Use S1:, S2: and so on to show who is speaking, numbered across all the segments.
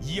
S1: 以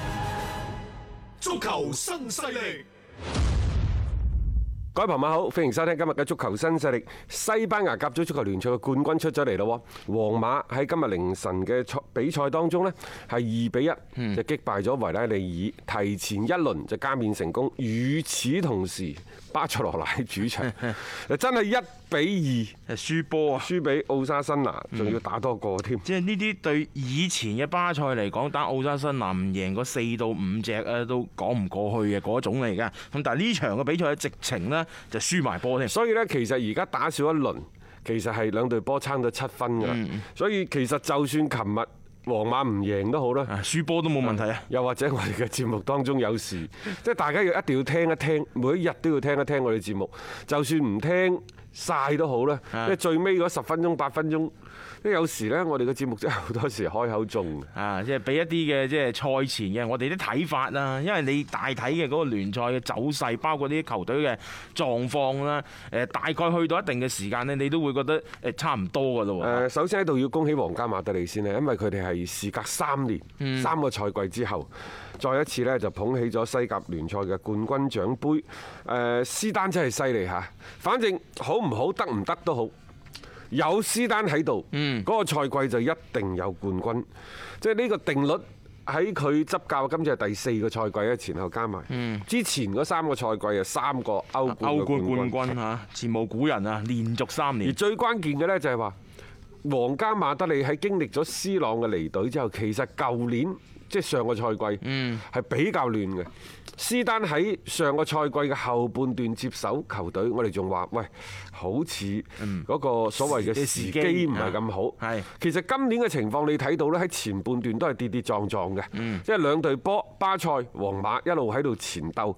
S1: 足球新勢力，
S2: 各位朋友好，歡迎收聽今日嘅足球新勢力。西班牙甲組足球聯賽嘅冠軍出咗嚟咯，皇馬喺今日凌晨嘅賽比賽當中呢，係二比一就擊敗咗維拉利爾，提前一輪就加冕成功。與此同時，巴塞羅那喺主場就真係一比
S3: 誒輸波啊
S2: 二！輸俾奧沙辛拿，仲要打多個添。
S3: 即係呢啲對以前嘅巴塞嚟講，打奧沙辛拿唔贏嗰四到五隻啊，都講唔過去嘅嗰種嚟㗎。咁但係呢場嘅比賽直情呢，就輸埋波添。
S2: 所以呢，其實而家打少一輪，其實係兩隊波差咗七分㗎啦。所以其實就算琴日皇馬唔贏都好啦。
S3: 啊，輸波都冇問題啊！
S2: 又或者我哋嘅節目當中有時， 即係大家要一定要聽一聽，每一日都要聽一聽我哋節目，就算唔聽晒都好啦。因為最尾嗰十分鐘、八分鐘，即係有時呢，我哋嘅節目真係好多時開口中嘅。
S3: 啊，即係俾一啲嘅即係賽前嘅我哋啲睇法啦，因為你大體嘅嗰個聯賽嘅走勢，包括呢啲球隊嘅狀況啦，誒大概去到一定嘅時間呢，你都會覺得誒差唔多㗎咯喎。
S2: 誒，首先喺度要恭喜皇家馬德里先咧，因為佢哋係事隔三年、
S3: 嗯
S2: 三個賽季之後，再一次呢就捧起咗西甲聯賽嘅冠軍獎杯。誒，斯丹真係犀利嚇，反正好唔好得唔得都好。有斯丹喺度，
S3: 嗯
S2: 嗰個賽季就一定有冠軍，即係呢個定律。喺佢執教今次係第四個賽季咧，前後加埋。
S3: 嗯
S2: 之前嗰三個賽季啊，三個歐冠
S3: 歐
S2: 嘅
S3: 冠
S2: 冠軍。
S3: 冠軍嚇，前無古人啊，連續三
S2: 而
S3: 年。
S2: 最關鍵嘅呢，就係話，皇家馬德里喺經歷咗斯朗嘅離隊之後，其實舊年即係上個賽季
S3: 嗯
S2: 係比較亂嘅。斯丹喺上個賽季嘅後半段接手球隊，我哋仲話喂，好似嗰個所謂嘅時
S3: 嗯時機啊
S2: 機唔係咁好。
S3: 係
S2: 其實今年嘅情況你睇到呢，喺前半段都係跌跌撞撞嘅，即係兩隊波，巴塞、皇馬一路喺度前鬥。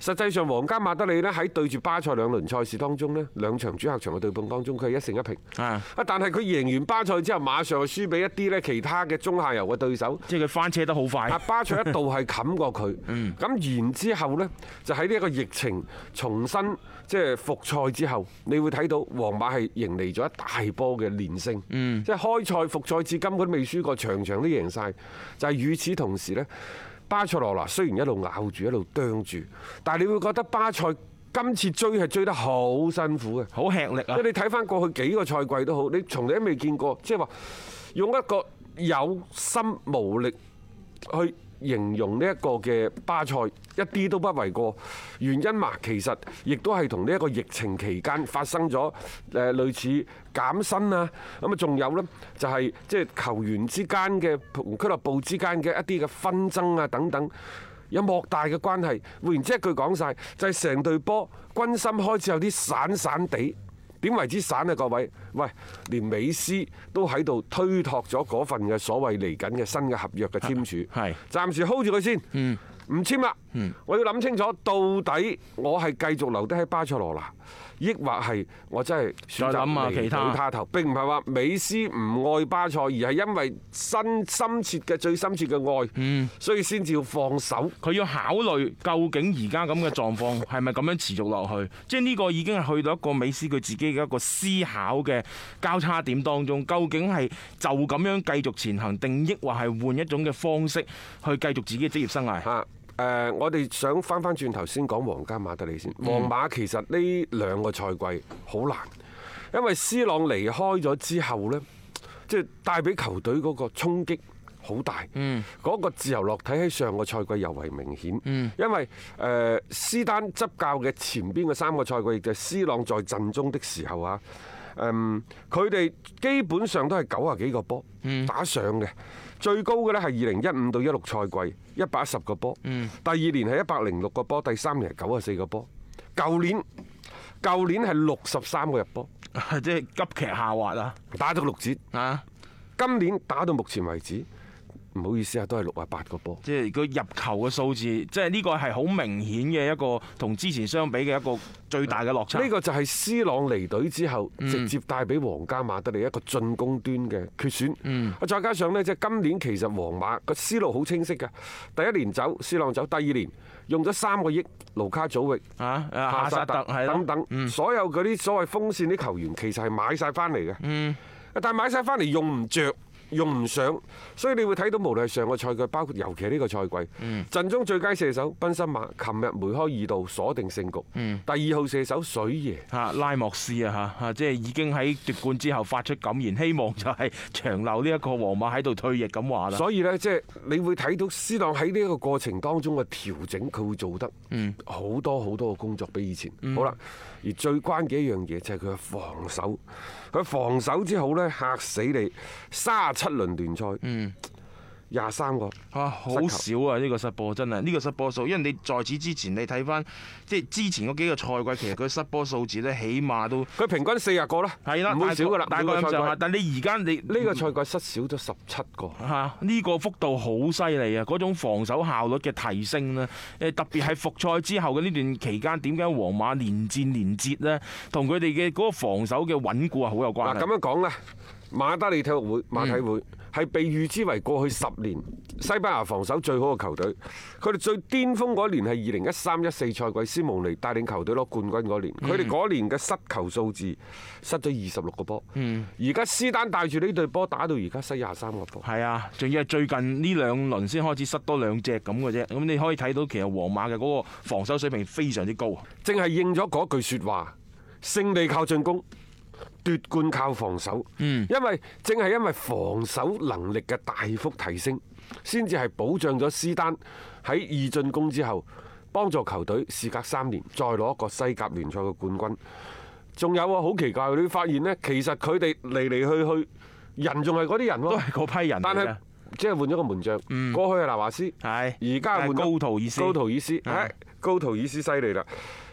S2: 實際上，皇家馬德里呢，喺對住巴塞兩輪賽事當中呢，兩場主客場嘅對碰當中，佢係一勝一平。
S3: 啊
S2: 啊！但係佢贏完巴塞之後，馬上就輸俾一啲咧其他嘅中下游嘅對手。
S3: 即係佢翻車得好快
S2: 啊！。巴塞一度係冚過佢，咁然之後呢，就喺呢一個疫情重新即係復賽之後，你會睇到皇馬係迎嚟咗一大波嘅連勝，即係開賽復賽至今佢都未輸過，場場都贏晒。就係與此同時呢，巴塞羅那雖然一路咬住一路啄住，但係你會覺得巴塞今次追係追得好辛苦嘅。
S3: 好吃力啊
S2: 即係！你睇翻過去幾個賽季都好，你從嚟都未見過，即係話用一個有心無力去形容呢一個嘅巴塞，一啲都不為過。原因嘛，其實亦都係同呢一個疫情期間發生咗誒類似減薪啊，咁啊仲有呢，就係即係球員之間嘅同俱樂部之間嘅一啲嘅紛爭啊等等。有莫大嘅關係，換言之一句講晒，就係成隊波軍心開始有啲散散地。點為之散啊？各位，喂，連美斯都喺度推托咗嗰份嘅所謂嚟緊嘅新嘅合約嘅簽署，
S3: 係嗯
S2: 暫時 hold 住佢先，唔簽啦。我要諗清楚，到底我係繼續留低喺巴塞羅那，抑或係我真係選
S3: 再
S2: 擇
S3: 諗啊下其他
S2: 離隊他頭？並唔係話美斯唔愛巴塞，而係因為新深切嘅最深切嘅
S3: 嗯
S2: 愛，所以先至要放手。
S3: 佢要考慮究竟而家咁嘅狀況係咪咁樣持續落去？即係呢個已經係去到一個美斯佢自己嘅一個思考嘅交叉點當中，究竟係就咁樣繼續前行，定抑或係換一種嘅方式去繼續自己嘅職業生涯？啊
S2: 嚇。啊誒，我哋想翻翻轉頭先講皇家馬德里先。
S3: 嗯
S2: 皇馬其實呢兩個賽季好難，因為 C 朗離開咗之後呢，即係帶俾球隊嗰個衝擊好大。嗰個自由落體喺上個賽季尤為明顯，因為誒斯丹執教嘅前邊嘅三個賽季，亦就係斯朗在陣中的時候啊。誒，佢哋基本上都係九啊幾個波打上嘅，最高嘅呢係二零一五到一六賽季一百一十個波，第二年係一百零六個波，第三年係九啊四個波，舊年舊年係六十三個入波，
S3: 即係急劇下滑啊！
S2: 打咗六折。
S3: 啊，
S2: 今年打到目前為止，唔好意思啊，都係六啊八個波。
S3: 即係個入球嘅數字，即係呢個係好明顯嘅一個同之前相比嘅一個最大嘅落差。
S2: 呢個就係斯朗離隊之後，直接帶俾皇家馬德里一個進攻端嘅缺損。再加上呢，即係今年其實皇馬個思路好清晰嘅，第一年走斯朗走，第二年用咗三個億盧卡祖域、
S3: 啊啊夏薩特係嗯啦
S2: 等等，所有嗰啲所謂鋒線啲球員其實係買晒翻嚟
S3: 嗯
S2: 嘅。但係買晒翻嚟用唔着。用唔上，所以你會睇到無論係上個賽季，包括尤其係呢個賽季，
S3: 嗯
S2: 陣中最佳射手賓森馬，琴日梅開二度鎖定勝
S3: 嗯
S2: 局。第二號射手水爺，
S3: 嚇拉莫斯啊嚇嚇，即係已經喺奪冠之後發出感言，希望就係長留呢一個皇馬喺度退役咁話啦。
S2: 所以呢，即係你會睇到斯朗喺呢一個過程當中嘅調整，佢會做得
S3: 嗯
S2: 好多好多嘅工作比以前。好啦，而最關鍵一樣嘢就係佢嘅防守，佢防守之好呢，嚇死你！三十七輪聯賽，
S3: 嗯
S2: 廿三個，
S3: 啊，好少啊！呢個失波真係，呢個失波數，因為你在此之前你睇翻，即係之前嗰幾個賽季，其實佢失波數字咧，起碼都
S2: 佢平均四十個啦，
S3: 係啦，
S2: 唔會少噶啦，
S3: 大概
S2: 每個
S3: 咁
S2: 賽
S3: 上
S2: 季
S3: 下。但你而家你呢
S2: 呢個賽季失少咗十七個，
S3: 嚇呢個幅度好犀利啊！嗰種防守效率嘅提升呢，誒特別係復賽之後嘅呢段期間，點解皇馬連戰連捷呢？同佢哋嘅嗰個防守嘅穩固係好有關
S2: 嗱
S3: 係。嗯
S2: 咁樣講啦，馬德里體育會馬體會係被預知為過去十年西班牙防守最好嘅球隊。佢哋最巔峰嗰年係二零一三一四賽季，斯蒙尼帶領球隊攞冠軍嗰年，
S3: 嗯
S2: 佢哋嗰年嘅失球數字失咗二十六個波。
S3: 嗯
S2: 而家斯丹帶住呢隊波打到而家失廿三個波。
S3: 係啊，仲要係最近呢兩輪先開始失多兩隻咁嘅啫。咁你可以睇到其實皇馬嘅嗰個防守水平非常之高啊。
S2: 正係應咗嗰句説話：勝利靠進攻，奪冠靠防守。
S3: 嗯
S2: 因為正係因為防守能力嘅大幅提升，先至係保障咗斯丹喺二進攻之後，幫助球隊事隔三年再攞一個西甲聯賽嘅冠軍。仲有啊，好奇怪，你會發現呢，其實佢哋嚟嚟去去，人仲係嗰啲人
S3: 都
S2: 喎
S3: 係，嗰批人嚟嗯
S2: 但係
S3: 嘅。
S2: 即係換咗個門將，過去係拿華斯。
S3: 係，
S2: 而家換
S3: 但係
S2: 咗
S3: 高圖啊意思，
S2: 高圖爾斯，唉，高圖爾斯犀利啦！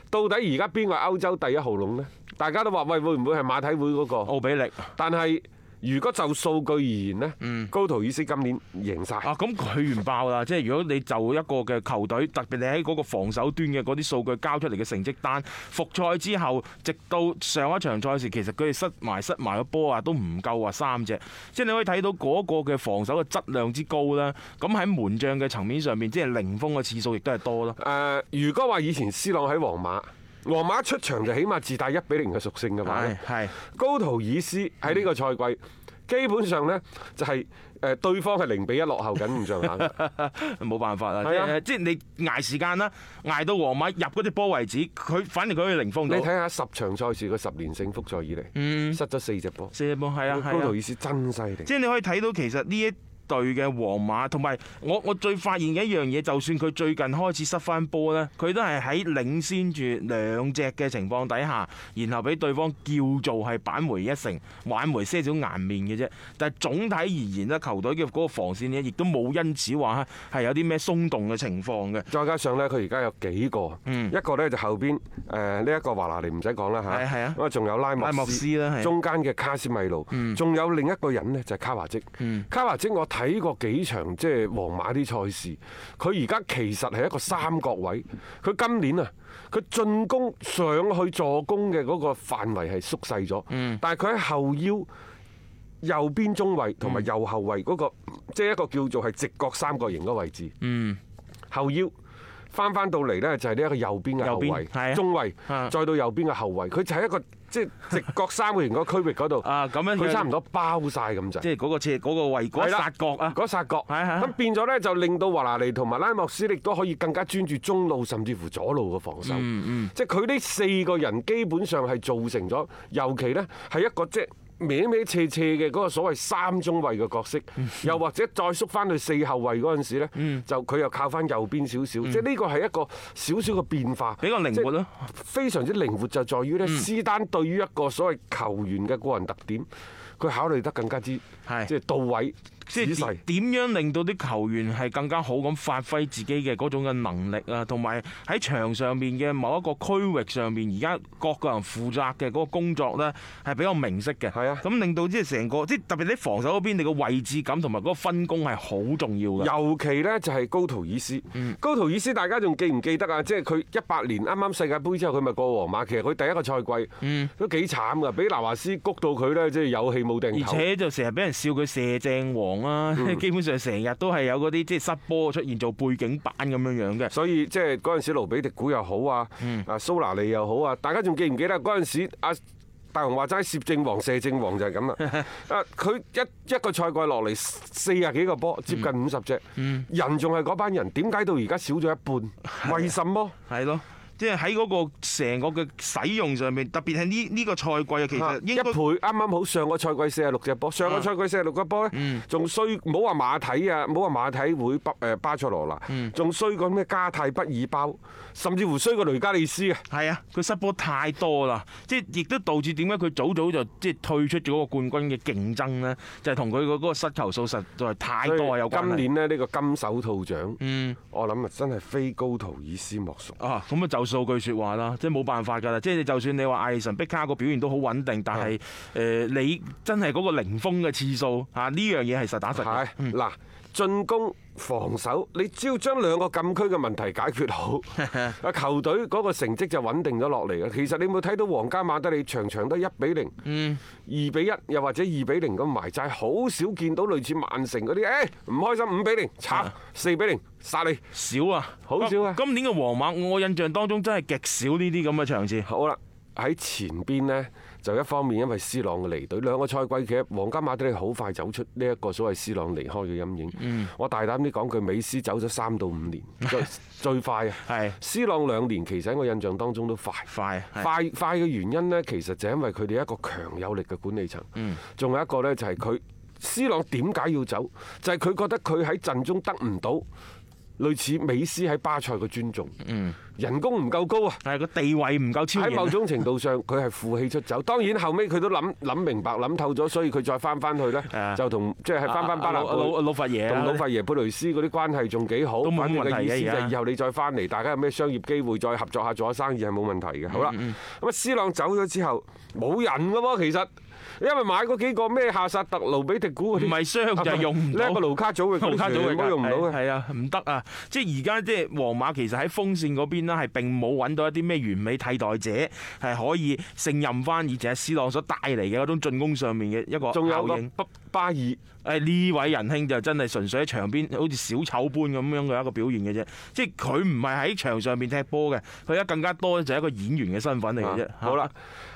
S2: 到底而家邊個係歐洲第一號龍呢？大家都話喂，會唔會係馬體會嗰、個？
S3: 奧比力
S2: 但係如果就數據而言
S3: 嗯
S2: 呢，高圖爾斯今年贏晒。
S3: 啊，咁佢完爆啦！即係如果你就一個嘅球隊，特別你喺嗰個防守端嘅嗰啲數據交出嚟嘅成績單，復賽之後，直到上一場賽事，其實佢哋失埋失埋個波啊，都唔夠話三隻。即係你可以睇到嗰個嘅防守嘅質量之高啦。咁喺門將嘅層面上面，即係零封嘅次數亦都係多咯。
S2: 誒、如果話以前斯朗喺皇馬，皇馬出場就起碼自帶一比零嘅屬性嘅話呢
S3: 係係
S2: 高圖爾斯喺呢個賽季基本上呢，就係誒對方係零比一落後緊咁上下嘅。
S3: 冇辦法啦，即
S2: 係啊
S3: 係即係你捱時間啦，捱到皇馬入嗰隻波為止，佢反而佢可以零封
S2: 你
S3: 到
S2: 睇。下十場賽事個十連勝覆賽以嚟，
S3: 嗯
S2: 失咗四隻波。
S3: 四隻波係啊
S2: 高
S3: 係
S2: 圖
S3: 啊，
S2: 爾斯真犀利。
S3: 即係你可以睇到其實呢一隊嘅皇馬，同埋我我最發現嘅一樣嘢，就算佢最近開始失翻波呢，佢都係喺領先住兩隻嘅情況底下，然後俾對方叫做係扳回一城，挽回些少顏面嘅啫。但係總體而言呢，球隊嘅嗰個防線呢，亦都冇因此話係有啲咩鬆動嘅情況嘅。
S2: 再加上呢，佢而家有幾個，一個呢就後邊誒呢一個華拿尼唔使講啦
S3: 嗯係
S2: 嚇，
S3: 啊係啊
S2: 咁啊仲有拉莫
S3: 拉莫斯啦係啊嗯
S2: 中間嘅卡斯米路，仲有另一個人呢，就係卡華積。卡華積我睇過幾場即係皇馬啲賽事，佢而家其實係一個三角位，佢今年啊。佢進攻上去助攻嘅嗰個範圍係縮細咗，
S3: 嗯
S2: 但係佢喺後腰右邊中衞同
S3: 嗯
S2: 埋右後衞嗰、個，即係一個叫做係直角三角形嗰個位置。嗯，後腰翻翻到嚟呢，就係呢一個右邊嘅後
S3: 右邊係啊
S2: 衞、中衞，
S3: 啊
S2: 再到右邊嘅後衞，佢就係一個即係直角三角形嗰個區域嗰度。
S3: 啊咁樣
S2: 佢差唔多包晒咁滯。
S3: 即係嗰個切嗰個位嗰
S2: 係
S3: 一
S2: 啦
S3: 殺角啊！
S2: 嗰殺角，
S3: 係係係
S2: 咁變咗呢，就令到華拿尼同埋拉莫斯亦都可以更加專注中路甚至乎左路嘅防守。
S3: 嗯
S2: 即係佢呢四個人基本上係造成咗，尤其呢係一個即係歪歪斜斜嘅嗰個所謂三中衞嘅角色，
S3: 嗯
S2: 又或者再縮翻去四後衞嗰陣時咧，就佢又靠翻右邊少少，即係呢個係一個少少嘅變化，
S3: 比較靈活咯。
S2: 非常之靈活就在於咧，
S3: 嗯
S2: 斯丹對於一個所謂球員嘅個人特點，佢考慮得更加之
S3: 係
S2: 即係到位、仔
S3: 即係
S2: 細。
S3: 點樣令到啲球員係更加好咁發揮自己嘅嗰種嘅能力啊，同埋喺場上面嘅某一個區域上面，而家各個人負責嘅嗰個工作呢，係比較明晰嘅。
S2: 係啊
S3: 咁令到即係成個即係特別你防守嗰邊，你個位置感同埋嗰個分工係好重要嘅。
S2: 尤其呢，就係高圖爾斯，
S3: 嗯
S2: 高圖爾斯大家仲記唔記得啊？即係佢一八年啱啱世界盃之後，佢咪過皇馬。其實佢第一個賽季都幾慘㗎，俾拿華斯谷到佢呢，即係有氣冇定
S3: 而
S2: 頭。
S3: 且就成日俾人笑佢射正王啦，
S2: 嗯
S3: 基本上成日都係有嗰啲即係失波出現做背景板咁樣樣嘅。
S2: 所以即係嗰陣時，盧比迪古又好啊，
S3: 嗯
S2: 啊蘇拿利又好啊，大家仲記唔記得嗰陣時阿大雄話齋攝政王射正王就係咁 啦。啊，佢一一個賽季落嚟四十幾個
S3: 嗯
S2: 波，接近五十隻，人仲係嗰班人，點解到而家少咗一半？為什麼？
S3: 係啊咯。即係喺嗰個成個嘅使用上面，特別係呢呢個賽季啊，其
S2: 啊
S3: 實
S2: 一
S3: 應
S2: 倍
S3: 該
S2: 啱啱好上個賽季四十六隻波，上個賽季四十六個
S3: 啊
S2: 波
S3: 嗯
S2: 咧，仲衰唔好話馬體啊，唔好話馬體會巴誒巴塞羅那，
S3: 嗯
S2: 仲衰過咩加泰不爾包，甚至乎衰過雷加利斯啊！
S3: 係啊，佢失波太多啦，即係亦都導致點解佢早早就即係退出咗嗰個冠軍嘅競爭呢？就係同佢嗰個失球數實在太多係有關係
S2: 今年呢，呢個金手套獎，
S3: 嗯
S2: 我諗啊真係非高圖爾斯莫屬。
S3: 啊，咁啊就數據説話啦，即係冇辦法㗎啦。即係就算你話艾神碧卡個表現都好穩定，
S2: 啊
S3: 但係誒、呃你真係嗰個零封嘅次數啊，呢樣嘢係實打實嘅
S2: 係。嗱，進攻防守，你只要將兩個禁區嘅問題解決 好，啊球隊嗰個成績就穩定咗落嚟嘅。其實你有冇睇到皇家馬德里場場都一比零、
S3: 嗯
S2: 二比一，又或者二比零咁埋債，好少見到類似曼城嗰啲，誒唔開心五比零，
S3: 啊
S2: 慘四比零殺你。
S3: 少啊，
S2: 好少啊
S3: 今年嘅皇馬，我印象當中真係極少呢啲咁嘅場次。
S2: 好啦，喺前邊呢，就一方面因為斯朗嘅離隊，兩個賽季其實皇家馬德里好快走出呢一個所謂斯朗離開嘅陰影。
S3: 嗯
S2: 我大膽啲講句，美斯走咗三到五 年，最最快啊！
S3: 係
S2: 斯朗兩年，其實喺我印象當中都快。
S3: 快啊係
S2: 快快嘅原因呢，其實就因為佢哋一個強有力嘅管理層，
S3: 嗯
S2: 仲有一個呢，就係佢斯朗點解要走，就係佢覺得佢喺陣中得唔到類似美斯喺巴塞嘅尊重，
S3: 嗯
S2: 人工唔夠高啊。
S3: 係個地位唔夠超
S2: 喺
S3: 然
S2: 某
S3: 啊。
S2: 種程度 上，佢係負氣出走。當然後尾佢都諗諗明白、諗透咗，所以佢再翻翻去呢
S3: 啊，
S2: 就同即係翻翻巴拿
S3: 老
S2: 貝
S3: 老老佛爺啊
S2: 同老費耶、貝雷斯嗰啲關係仲幾好。
S3: 都冇
S2: 反正
S3: 乜問題
S2: 嘅
S3: 嘅
S2: 意思就
S3: 而家
S2: 係以後你再翻嚟，大家有咩商業機會再合作下做下生意係冇問題
S3: 嗯
S2: 嘅。好啦，咁啊斯朗走咗之後冇人嘅喎，其實。因為買嗰幾個咩夏薩特、盧比迪古嗰啲，
S3: 唔係傷就係用唔到
S2: 呢一個盧卡祖嘅，
S3: 盧卡祖
S2: 全部都用唔到嘅。
S3: 係啊，唔得啊！即係而家即係皇馬其實喺鋒線嗰邊啦，係並冇揾到一啲咩完美替代者，係可以勝任翻以前喺斯朗所帶嚟嘅嗰種進攻上面嘅一個
S2: 仲有
S3: 效
S2: 個
S3: 應。
S2: 巴巴爾，
S3: 誒呢位仁兄就真係純粹喺場邊好似小丑般咁樣嘅一個表現嘅啫，即係佢唔係喺場上面踢波嘅，佢而家更加多就係一個演員嘅身份嚟嘅啫
S2: 啊。好啦，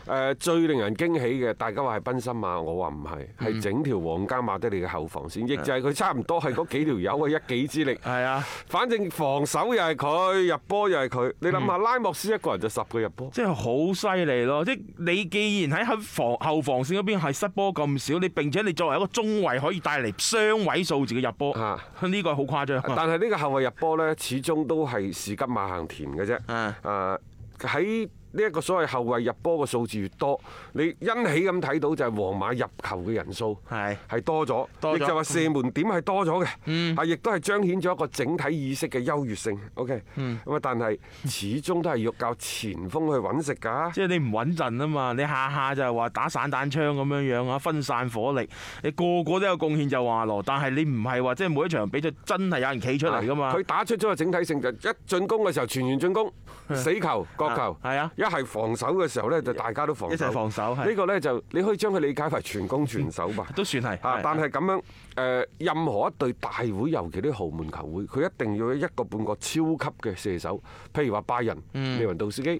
S2: 誒最令人驚喜嘅，大家話係賓森馬，我話唔係，
S3: 嗯
S2: 係整條皇家馬德里嘅後防線，亦就係佢差唔多係嗰幾條友啊嘅一己之力。
S3: 係啊。
S2: 反正防守又係佢，入波又係佢。你諗
S3: 嗯
S2: 下，拉莫斯一個人就十個入 波。
S3: 即係好犀利咯！即係你既然喺喺防後防線嗰邊係失波咁少，你並且你作為一個中衞可以帶嚟雙位數字嘅入波，
S2: 啊
S3: 呢個係好誇張啊。
S2: 但係呢個後衞入波呢，始終都係士急馬行田嘅啫。
S3: 啊
S2: 啊，喺呢一個所謂後衞入波嘅數字越多，你欣喜咁睇到就係皇馬入球嘅人數
S3: 係
S2: 係多咗，
S3: 多
S2: 亦
S3: 咗
S2: 就話射門點係多咗嘅，啊，亦都係彰顯咗一個整體意識嘅優越性。OK，咁啊，但係始終都係要靠前鋒去揾食㗎。
S3: 即係你唔穩陣啊嘛！你下下就係話打散彈槍咁樣樣啊，分散火力，你個個都有貢獻就話咯。但係你唔係話即係每一場比賽真係有人企出嚟噶嘛？
S2: 佢打出咗個整體性，就一進攻嘅時候全員進 攻，死球角球，
S3: 係啊
S2: 一係防守嘅時候呢，就大家都防守，
S3: 一齊防守係
S2: 呢個呢，就你可以將佢理解為全攻全守吧。
S3: 都算係
S2: 啊
S3: 係
S2: 但係咁樣誒，任何一隊大會，尤其啲豪門球會，佢一定要有一個半個超級嘅射手，譬如話拜仁、
S3: 嗯
S2: 利雲道斯基。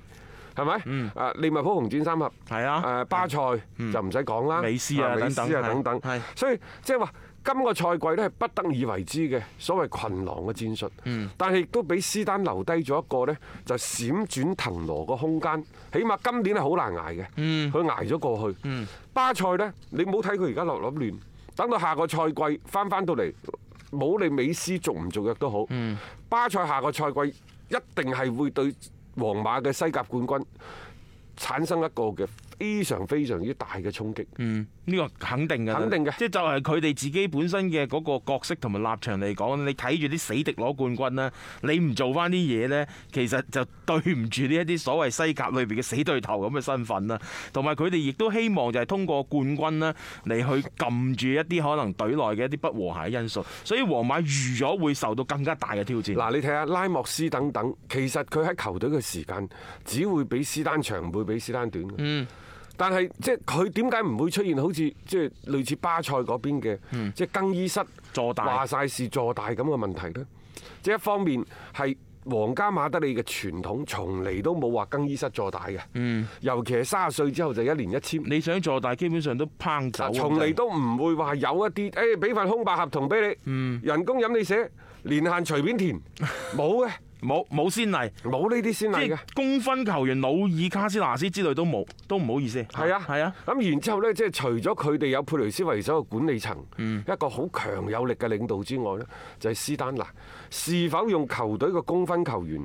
S2: 係咪？啊，利物浦紅箭三俠呃
S3: 係啊
S2: 誒巴塞就唔使講啦，
S3: 美斯啊
S2: 美斯啊
S3: 等等
S2: 等
S3: 係
S2: 等，所以即係話今個賽季呢，係不得已為之嘅所謂群狼嘅戰術，
S3: 嗯
S2: 但係亦都俾斯丹留低咗一個呢，就閃轉騰挪個空間。起碼今年係好難捱
S3: 嗯
S2: 嘅，佢捱咗過去。巴塞呢，你唔好睇佢而家落落亂，等到下個賽季翻翻到嚟，冇你美斯續唔續約都好，
S3: 嗯
S2: 巴塞下個賽季一定係會對皇馬嘅西甲冠軍產生一個嘅非常非常之大嘅衝擊。
S3: 嗯，呢個肯定嘅，
S2: 肯定嘅
S3: 即係就係佢哋自己本身嘅嗰個角色同埋立場嚟講，你睇住啲死敵攞冠軍啦，你唔做翻啲嘢呢，其實就對唔住呢一啲所謂西甲裏邊嘅死對頭咁嘅身份啦。同埋佢哋亦都希望就係通過冠軍啦嚟去撳住一啲可能隊內嘅一啲不和諧嘅因素，所以皇馬預咗會受到更加大嘅挑戰。
S2: 嗱，你睇下拉莫斯等等，其實佢喺球隊嘅時間只會比斯丹長，唔會比斯丹短嘅。嗯。但係即係佢點解唔會出現好似即係類似巴塞嗰邊嘅即係更衣室
S3: 坐大
S2: 話晒事坐大咁嘅問題呢？即係一方面係皇家馬德里嘅傳統，從嚟都冇話更衣室坐大嘅。嗯。尤其係三十歲之後就一年一簽。
S3: 你想做，但係基本上都抨走。
S2: 啊
S3: 啊
S2: 從嚟都唔會話有一啲，誒俾份空白合同俾你，人工任你寫，年限隨便填，冇嘅，
S3: 冇冇先例。
S2: 冇呢啲先
S3: 即
S2: 例
S3: 係啊
S2: 嘅。
S3: 公分球員努爾卡斯拿斯之類都冇，都唔好意思。
S2: 係啊，
S3: 係啊，
S2: 咁然之後呢，即係除咗佢哋有佩雷斯為首嘅管理層，
S3: 嗯
S2: 一個好強有力嘅領導之外呢，就係斯丹拿是否用球隊嘅公分球員，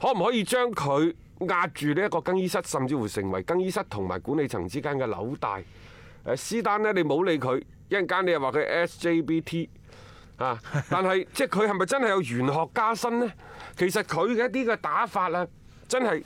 S2: 可唔可以將佢壓住呢一個更衣室，甚至乎成為更衣室同埋管理層之間嘅紐帶？誒，斯丹呢，你冇理佢，一陣間你又話佢 SJBT。啊！但 係即係佢係咪真係有玄學加身呢？其實佢嘅一啲嘅打法啊，真係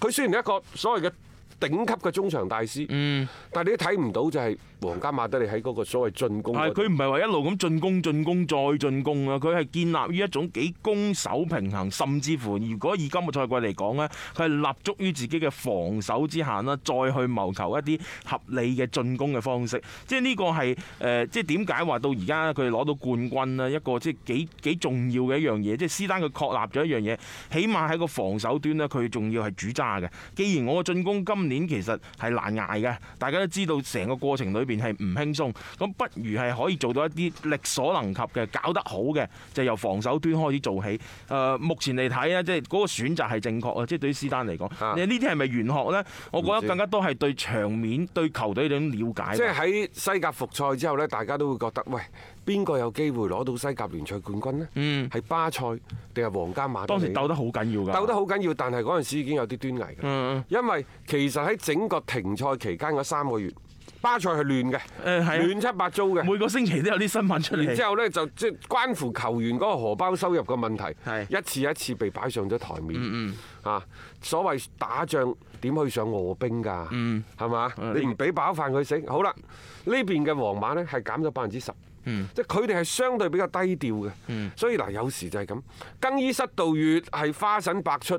S2: 佢雖然係一個所謂嘅頂級嘅中場大師，
S3: 嗯
S2: 但係你都睇唔到就係皇家馬德里喺嗰個所謂進攻
S3: 係
S2: 嗰度
S3: 佢唔係話一路咁進攻、進攻再進攻啊！佢係建立於一種幾攻守平衡，甚至乎如果以今個賽季嚟講呢佢係立足於自己嘅防守之下啦，再去謀求一啲合理嘅進攻嘅方式。即係呢個係誒，呃即係點解話到而家佢攞到冠軍啦？一個即係幾幾重要嘅一樣嘢，即係斯丹佢確立咗一樣嘢，起碼喺個防守端呢，佢仲要係主揸嘅。既然我嘅進攻今年其實係難捱嘅，大家都知道成個過程裏邊係唔輕鬆，咁不如係可以做到一啲力所能及嘅，搞得好嘅就由防守端開始做起。誒、呃目前嚟睇咧，即係嗰個選擇係正確啊！即係對於斯丹嚟講，
S2: 啊
S3: 你呢啲係咪玄學呢？我覺
S2: 唔
S3: 得
S2: 知
S3: 更加多係對場面、對球隊嗰種了解。
S2: 即係喺西甲復賽之後呢，大家都會覺得喂，邊個有機會攞到西甲聯賽冠軍呢？
S3: 嗯
S2: 係巴塞定係皇家馬德
S3: 當
S2: 里？
S3: 時鬥得好緊要㗎，
S2: 鬥得好緊要，但係嗰陣時已經有啲端倪㗎啦。
S3: 嗯
S2: 因為其實喺整個停賽期間嗰三個月，巴塞係亂嘅，
S3: 誒係啊
S2: 亂七八糟嘅。
S3: 每個星期都有啲新聞出
S2: 然之
S3: 嚟。
S2: 後呢，就即係關乎球員嗰個荷包收入嘅問題
S3: 係，嗯
S2: 一次一次被擺上咗台面。啊，所謂打仗點去上餓兵
S3: 嗯
S2: 㗎？係嘛？
S3: 啊
S2: 你唔俾飽飯佢食，好啦，呢邊嘅皇馬呢係減咗百分之十。即係佢哋係相對比較低調嘅，所以嗱有時就係咁，更衣室度越係花神百出，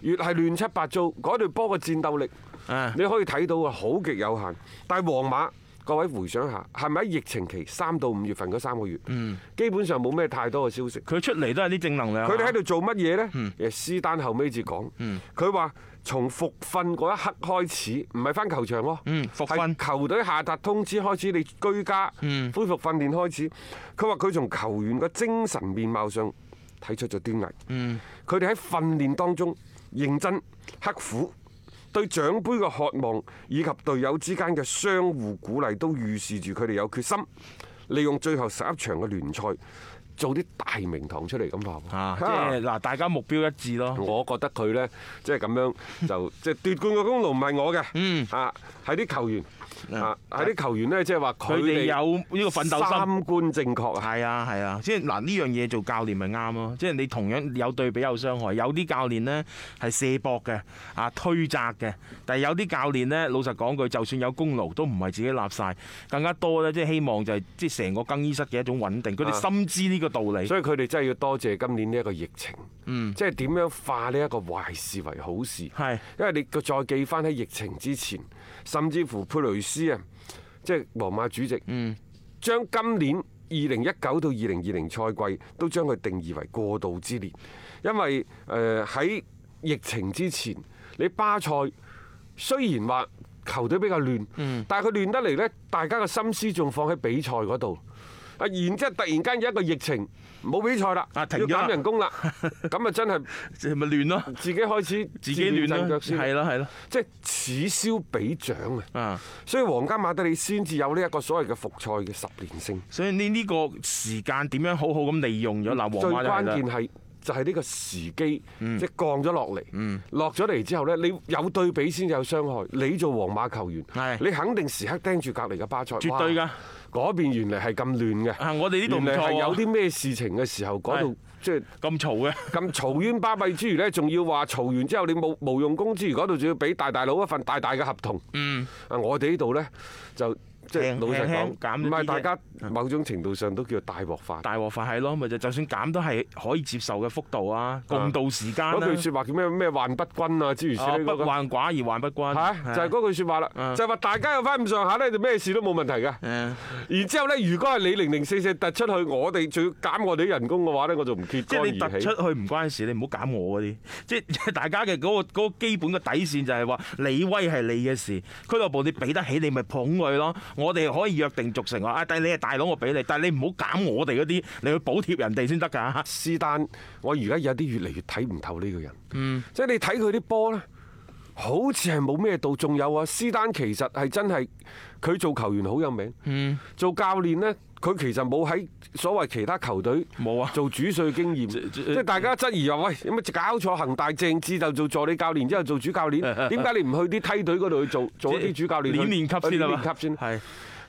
S2: 越係亂七八糟，嗰隊波嘅戰鬥力
S3: 啊
S2: 你可以睇到啊，好極有限。但係皇馬，各位回想下，係咪喺疫情期三到五月份嗰三個月，基本上冇咩太多嘅消息。
S3: 佢出嚟都係啲正能量啊。
S2: 佢哋喺度做乜嘢
S3: 嗯
S2: 呢？誒，斯丹後尾至講，佢話從復訓嗰一刻開始，唔係翻球場咯，
S3: 嗯復訓嗯
S2: 係球隊下達通知開始，你居家恢復訓練開始。佢話佢從球員嘅精神面貌上睇出咗端倪。
S3: 嗯
S2: 佢哋喺訓練當中認真刻苦。對獎杯嘅渴望以及隊友之間嘅相互鼓勵，都預示住佢哋有決心，利用最後十一場嘅聯賽做啲大名堂出嚟咁話喎
S3: 啊，即係嗱，大家目標一致咯。
S2: 我覺得佢呢，即係咁 樣就即係奪冠嘅功勞唔係我嘅，
S3: 嗯
S2: 啊係啲球員啊係啲球員呢，即係話
S3: 佢哋有呢個奮鬥心
S2: 三觀正確啊！
S3: 係啊，係啊，即係嗱呢樣嘢做教練咪啱咯，即係你同樣有對比有傷害，有啲教練呢係卸膊嘅，啊推責嘅，但係有啲教練呢，老實講句，就算有功勞都唔係自己立晒，更加多呢，即係希望就係即係成個更衣室嘅一種穩定，佢哋
S2: 啊
S3: 深知呢個道理。
S2: 所以佢哋真係要多謝今年呢一個疫情，
S3: 嗯
S2: 即係點樣化呢一個壞事為好事。
S3: 係
S2: 因為你個再記翻喺疫情之前，甚至乎佩雷斯啊，即係皇馬主席，
S3: 嗯
S2: 將今年二零一九到二零二零賽季都將佢定義為過渡之年，因呃為誒喺疫情之前，你巴塞雖然話球隊比較亂，
S3: 嗯
S2: 但係佢亂得嚟呢，大家嘅心思仲放喺比賽嗰度。啊！然之後突然間有一個疫情，冇比賽啦，
S3: 啊停
S2: 要
S3: 咗啦
S2: 減人工啦，咁啊真係
S3: 即係咪亂咯？
S2: 自己開始
S3: 自己亂
S2: 陣
S3: 咯，
S2: 腳先，
S3: 係咯係咯，
S2: 即係此消彼長啊！
S3: 啊！
S2: 所以皇家馬德里先至有呢一個所謂嘅復賽嘅十連勝，
S3: 所以呢呢個時間點樣好好咁利用咗嗱，
S2: 最
S3: 皇馬就係
S2: 關
S3: 啦嗯
S2: 鍵係就係呢個時機，即係降咗落嚟，落咗嚟之後呢，你有對比先有傷害。你做皇馬球員
S3: 係，
S2: 你肯定時刻盯住隔離嘅巴塞，
S3: 絕
S2: 哇
S3: 對㗎。
S2: 嗰邊原嚟係咁亂
S3: 啊
S2: 嘅，
S3: 我哋呢度唔
S2: 原嚟係
S3: 錯喎
S2: 有啲咩事情嘅時候，嗰度即係。
S3: 咁嘈嘅，
S2: 咁嘈冤巴閉之餘呢，仲要話嘈完之後你冇無用功之餘，嗰度仲要俾大大佬一份大大嘅合同。嗯，啊，我哋呢度呢，就即係
S3: 輕
S2: 老實
S3: 輕輕
S2: 講，
S3: 減咗
S2: 唔係
S3: 啲啫
S2: 大家某種程度上都叫大鑊飯。
S3: 大鑊飯係咯，咪就就算減都係可以接受嘅幅度啊，共度時間
S2: 嗰
S3: 啦。
S2: 句説話叫咩咩患不均啊，之如此
S3: 啊
S2: 類嗰
S3: 不
S2: 個
S3: 患寡而患不均，
S2: 係就係嗰句説話啦，
S3: 嗯
S2: 就係話大家有翻咁上下呢，就咩事都冇問題嘅。
S3: 誒
S2: 然之後呢，如果係你零零四四突出去，我哋仲要減我哋啲人工嘅話呢，我就唔揭
S3: 即
S2: 竿
S3: 係你突
S2: 而起
S3: 出。去唔關事，你唔好減我嗰啲。 即係大家嘅嗰、個嗰個基本嘅底線就係話，你威係你嘅事，俱樂部你俾得起你咪捧佢咯。我哋可以約定俗成話，啊，但係你係大佬，我俾你，但係你唔好減我哋嗰啲，你去補貼人哋先得 㗎。
S2: 是但，我而家有啲越嚟越睇唔透呢個人。即係你睇佢啲波呢，好似係冇咩到。仲有啊，斯丹其實係真係佢做球員好有名，嗯做教練呢，佢其實冇喺所謂其他球隊
S3: 冇啊
S2: 做主帥經驗。即係大家質疑話：喂，有冇搞錯？恒大鄭智就做助理教練，之後做主 教練，點解你唔去啲梯隊嗰度去做做一啲主教練去？
S3: 練 練級先啊嘛啊
S2: 去練級先。
S3: 係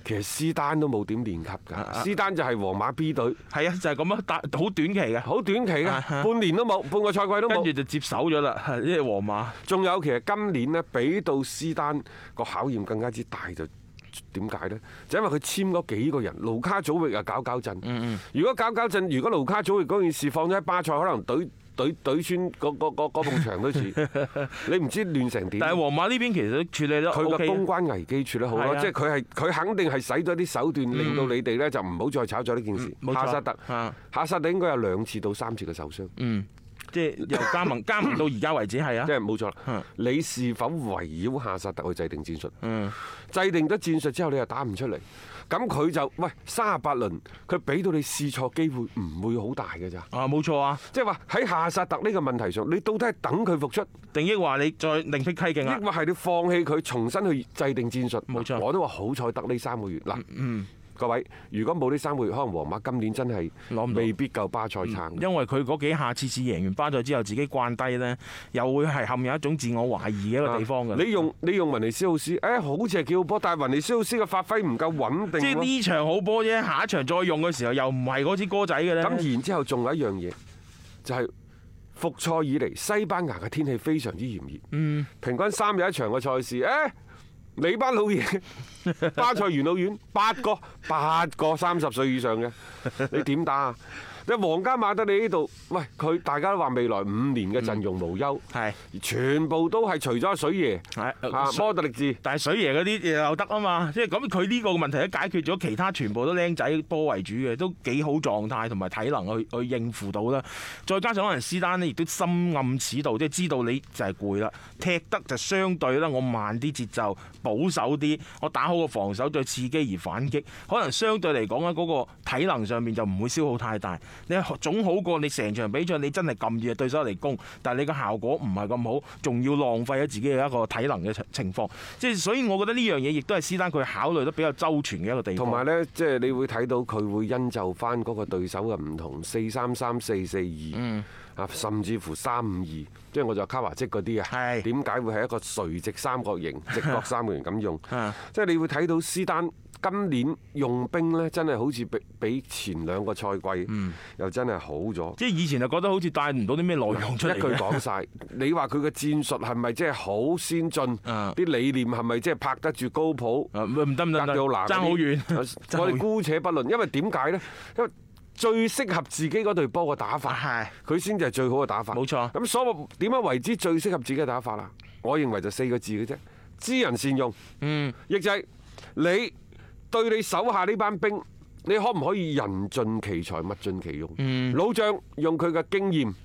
S2: 其實斯丹都冇點練級㗎，斯丹就係皇馬 B 隊，
S3: 係啊，就係咁啊，但好短期嘅。
S2: 好短期㗎
S3: 啊，哈
S2: 半年都 冇，半個賽季都
S3: 跟
S2: 冇
S3: 住。就接手咗啦，係即係皇馬。
S2: 仲有其實今年呢，俾到斯丹個考驗更加之大就。點解呢？就因為佢簽嗰幾個人，盧卡祖域啊搞搞震。
S3: 嗯
S2: 如果搞搞震，如果盧卡祖域嗰件事放咗喺巴塞，可能隊隊隊穿嗰嗰嗰嗰埲 牆都似。你唔知亂成點。
S3: 但係皇馬呢邊其實都處理得
S2: 佢
S3: O
S2: 個
S3: K
S2: 公關危機處理好
S3: 係
S2: 咯，
S3: 啊嗯
S2: 即係佢係佢肯定係使咗啲手段，令到你哋呢就唔好再炒作呢件事。
S3: 嗯冇錯
S2: 夏薩特
S3: 啊，
S2: 夏薩特應該有兩次到三次嘅受傷。
S3: 即係由 加盟加盟到而家為止係啊
S2: 即，係冇錯
S3: 嗯
S2: 啦。你是否圍繞夏薩特去制定戰術？
S3: 嗯
S2: 制定咗戰術之後，你又打唔出嚟，咁佢就喂三十八輪，佢俾到你試錯機會唔會好大嘅咋？
S3: 啊冇錯啊，
S2: 即係話喺夏薩特呢個問題上，你到底係等佢復出，
S3: 定抑話你再另辟蹊徑啊
S2: 抑？或係你放棄佢，重新去制定戰術？
S3: 冇錯嗯
S2: 我都話好彩得呢三個月嗱。各位，如果冇呢三個月，可能皇馬今年真係
S3: 攞唔到嗯
S2: 未必夠巴塞撐。
S3: 因為佢嗰幾下次次贏完巴塞之後，自己慣低呢，又會係陷入一種自我懷疑嘅一個地方嘅。
S2: 啊你用你用雲尼斯奧斯，誒好似係幾好波，但係雲尼斯奧斯嘅發揮唔夠穩定
S3: 即係
S2: 咯
S3: 呢場好波啫，下一場再用嘅時候又唔係嗰支歌仔嘅咧。
S2: 咁然之後仲有一樣嘢，就係、復賽以嚟，西班牙嘅天氣非常之炎熱，平均三日一場嘅賽事，誒、你班老嘢， 巴塞元老院八個八個三十歲以上 嘅，你點打啊？你皇家馬德里呢度，喂佢大家都話未來五年嘅陣容無憂，
S3: 係
S2: 全部都係除咗水爺
S3: 係
S2: 啊摩特力治。
S3: 但係水爺嗰啲又得啊嘛，即係咁佢呢個問題都解決咗，其他全部都僆仔波為主嘅，都幾好狀態同埋體能去去應付到啦。再加上可能斯丹呢亦都深暗此道，即係知道你就係攰啦，踢得就相對啦，我慢啲節奏，保守啲，我打好個防守再伺機而反擊，可能相對嚟講咧啊嗰個體能上面就唔會消耗太大。你總好過你成場比賽你真係撳住對手嚟攻，但係你個效果唔係咁好，仲要浪費咗自己嘅一個體能嘅情情況。即係所以，我覺得呢樣嘢亦都係斯丹佢考慮得比較周全嘅一個地方。
S2: 同埋呢，即係你會睇到佢會因就翻嗰個對手嘅唔同，四三三、四四
S3: 嗯
S2: 二，啊，甚至乎三五二，即係我就卡華積嗰啲啊，
S3: 係
S2: 點解會係一個垂直三角 形、直角三角形咁用
S3: 啊？
S2: 即係你會睇到斯丹今年用兵呢，真係好似比比前兩個賽季
S3: 嗯
S2: 又真係好咗。
S3: 即係以前就覺得好似帶唔到啲咩內容出嚟嘅。
S2: 一句講晒， 你話佢嘅戰術係咪即係好先進？
S3: 啊
S2: 啲理念係咪即係拍得住高普？
S3: 啊唔唔得唔得唔
S2: 格
S3: 得
S2: 調拿嗰啲
S3: 爭好遠 爭好
S2: 我
S3: 遠
S2: 哋姑且不論，因為點解呢？因為最適合自己嗰隊波嘅打法，
S3: 係
S2: 佢先至係最好嘅打法。
S3: 啊冇錯
S2: 咁所謂點樣為之最適合自己嘅打法啦？我認為就四個字嘅啫，知人善用。嗯，亦就係你對你手下呢班兵，你可唔可以人盡其才，物盡其用？
S3: 嗯
S2: 老將用佢嘅經驗。
S3: 嗯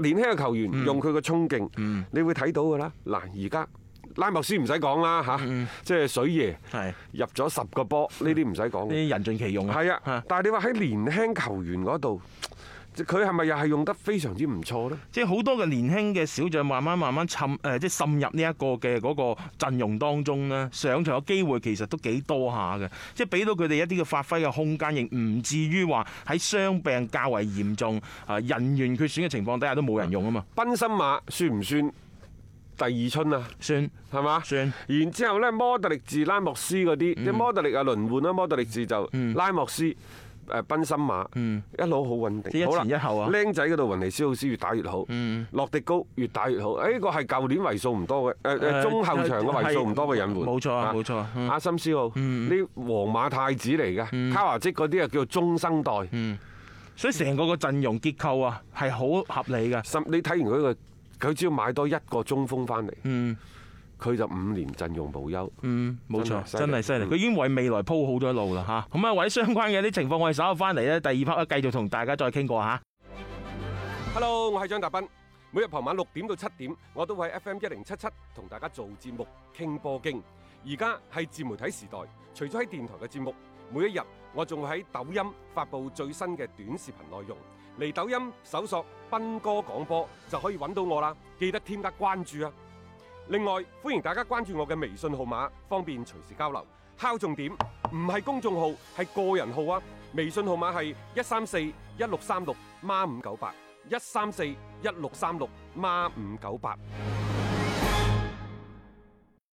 S2: 年輕嘅球員用佢嘅衝勁，你會睇到㗎啦。嗱，而家拉莫斯唔使講啦嚇，
S3: 嗯
S2: 即係水爺
S3: 係
S2: 入咗十個 波，呢啲唔使講嘅。
S3: 啲人盡其用啊。
S2: 係啊，但係你話喺年輕球員嗰度，佢係咪又係用得非常之唔錯呢？
S3: 即係好多嘅年輕嘅小將，慢慢慢慢滲誒、即係滲入呢一個嘅嗰個陣容當中咧，上場嘅機會其實都幾多下嘅，即係俾到佢哋一啲嘅發揮嘅空間，亦唔至於話喺傷病較為嚴重啊人員缺損嘅情況底下都冇人用啊嘛，
S2: 賓森馬算唔算第二春啊？
S3: 算
S2: 係嘛？
S3: 算。嗯
S2: 然之後呢，摩特力治、拉莫斯嗰啲，即係摩特力啊輪換啦，摩特力治就拉莫斯。誒賓森馬、一路好穩
S3: 嗯
S2: 定，
S3: 即係一
S2: 好啦
S3: 前一後啊嗯
S2: 僆仔嗰度雲尼斯奧斯越打越好，洛迪高越打越好。誒個係舊年為數唔多嘅，誒誒
S3: 誒
S2: 中後場嘅為數唔多嘅引援，
S3: 冇錯啊
S2: 啊
S3: 冇錯啊嗯
S2: 阿森斯奧呢皇馬太子嚟嘅，卡華積嗰啲啊叫做中生代，
S3: 嗯所以成個個陣容結構啊係好合理嘅，
S2: 甚你睇完佢個，佢只要買多一個中鋒翻嚟，
S3: 嗯
S2: 佢就五年陣容無憂。
S3: 嗯，冇錯，
S2: 真
S3: 真
S2: 係
S3: 係
S2: 犀
S3: 犀
S2: 利
S3: 利，佢已經為未來鋪好咗路啦嚇。咁啊，為咗相關嘅一啲情況，我哋稍後翻嚟咧，第二 part 咧繼續同大家再傾過嚇。
S2: Hello，我係張達斌。每日傍晚六點到七點，我都會喺 FM 一零七七同大家做節目傾波經。而家係自媒體時代，除咗喺電台嘅節目，每一日我仲會喺抖音發布最新嘅短視頻內容。嚟抖音搜索斌哥廣播就可以揾到我啦，記得添加關注啊！另外，歡迎大家關注我嘅微信號碼，方便隨時交流。敲重點，唔係公眾號，係個人號啊！微信號碼係一三四一六三六孖五九八，一三四一六三六孖五九八。